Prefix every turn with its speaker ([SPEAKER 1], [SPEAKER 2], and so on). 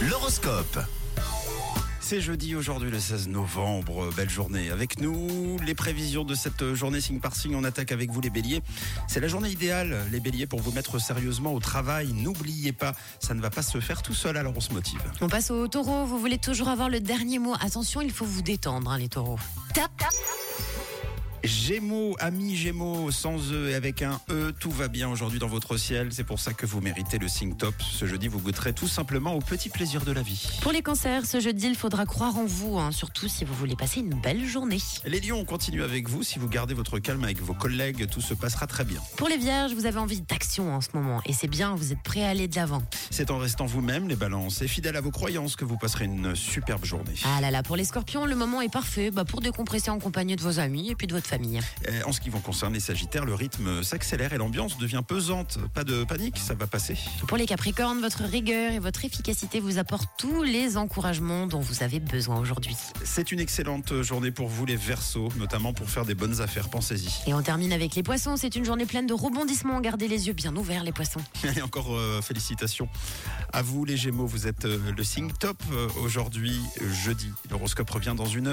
[SPEAKER 1] L'horoscope. C'est jeudi aujourd'hui le 16 novembre, belle journée avec nous. Les prévisions de cette journée signe par signe, on attaque avec vous les béliers. C'est la journée idéale les béliers pour vous mettre sérieusement au travail. N'oubliez pas, ça ne va pas se faire tout seul alors on se motive.
[SPEAKER 2] On passe au taureau, vous voulez toujours avoir le dernier mot. Attention, il faut vous détendre, hein, les taureaux. Tap, tap.
[SPEAKER 1] Gémeaux, amis Gémeaux, sans E et avec un E, tout va bien aujourd'hui dans votre ciel. C'est pour ça que vous méritez le signe top. Ce jeudi, vous goûterez tout simplement au petit plaisir de la vie.
[SPEAKER 2] Pour les cancers, ce jeudi, il faudra croire en vous, hein, surtout si vous voulez passer une belle journée.
[SPEAKER 1] Les lions, on continue avec vous. Si vous gardez votre calme avec vos collègues, tout se passera très bien.
[SPEAKER 2] Pour les vierges, vous avez envie d'action en ce moment. Et c'est bien, vous êtes prêts à aller de l'avant.
[SPEAKER 1] C'est en restant vous-même, les balances, et fidèles à vos croyances que vous passerez une superbe journée.
[SPEAKER 2] Ah là là, pour les scorpions, le moment est parfait bah, pour décompresser en compagnie de vos amis et puis de votre famille.
[SPEAKER 1] Euh, En ce qui vous concerne, les sagittaires, le rythme s'accélère et l'ambiance devient pesante. Pas de panique, ça va passer.
[SPEAKER 2] Pour les capricornes, votre rigueur et votre efficacité vous apportent tous les encouragements dont vous avez besoin aujourd'hui.
[SPEAKER 1] C'est une excellente journée pour vous, les versos, notamment pour faire des bonnes affaires. Pensez-y.
[SPEAKER 2] Et on termine avec les poissons, c'est une journée pleine de rebondissements. Gardez les yeux bien ouverts, les poissons.
[SPEAKER 1] Et encore euh, félicitations à vous les Gémeaux, vous êtes euh, le signe top euh, aujourd'hui, jeudi. L'horoscope revient dans une heure.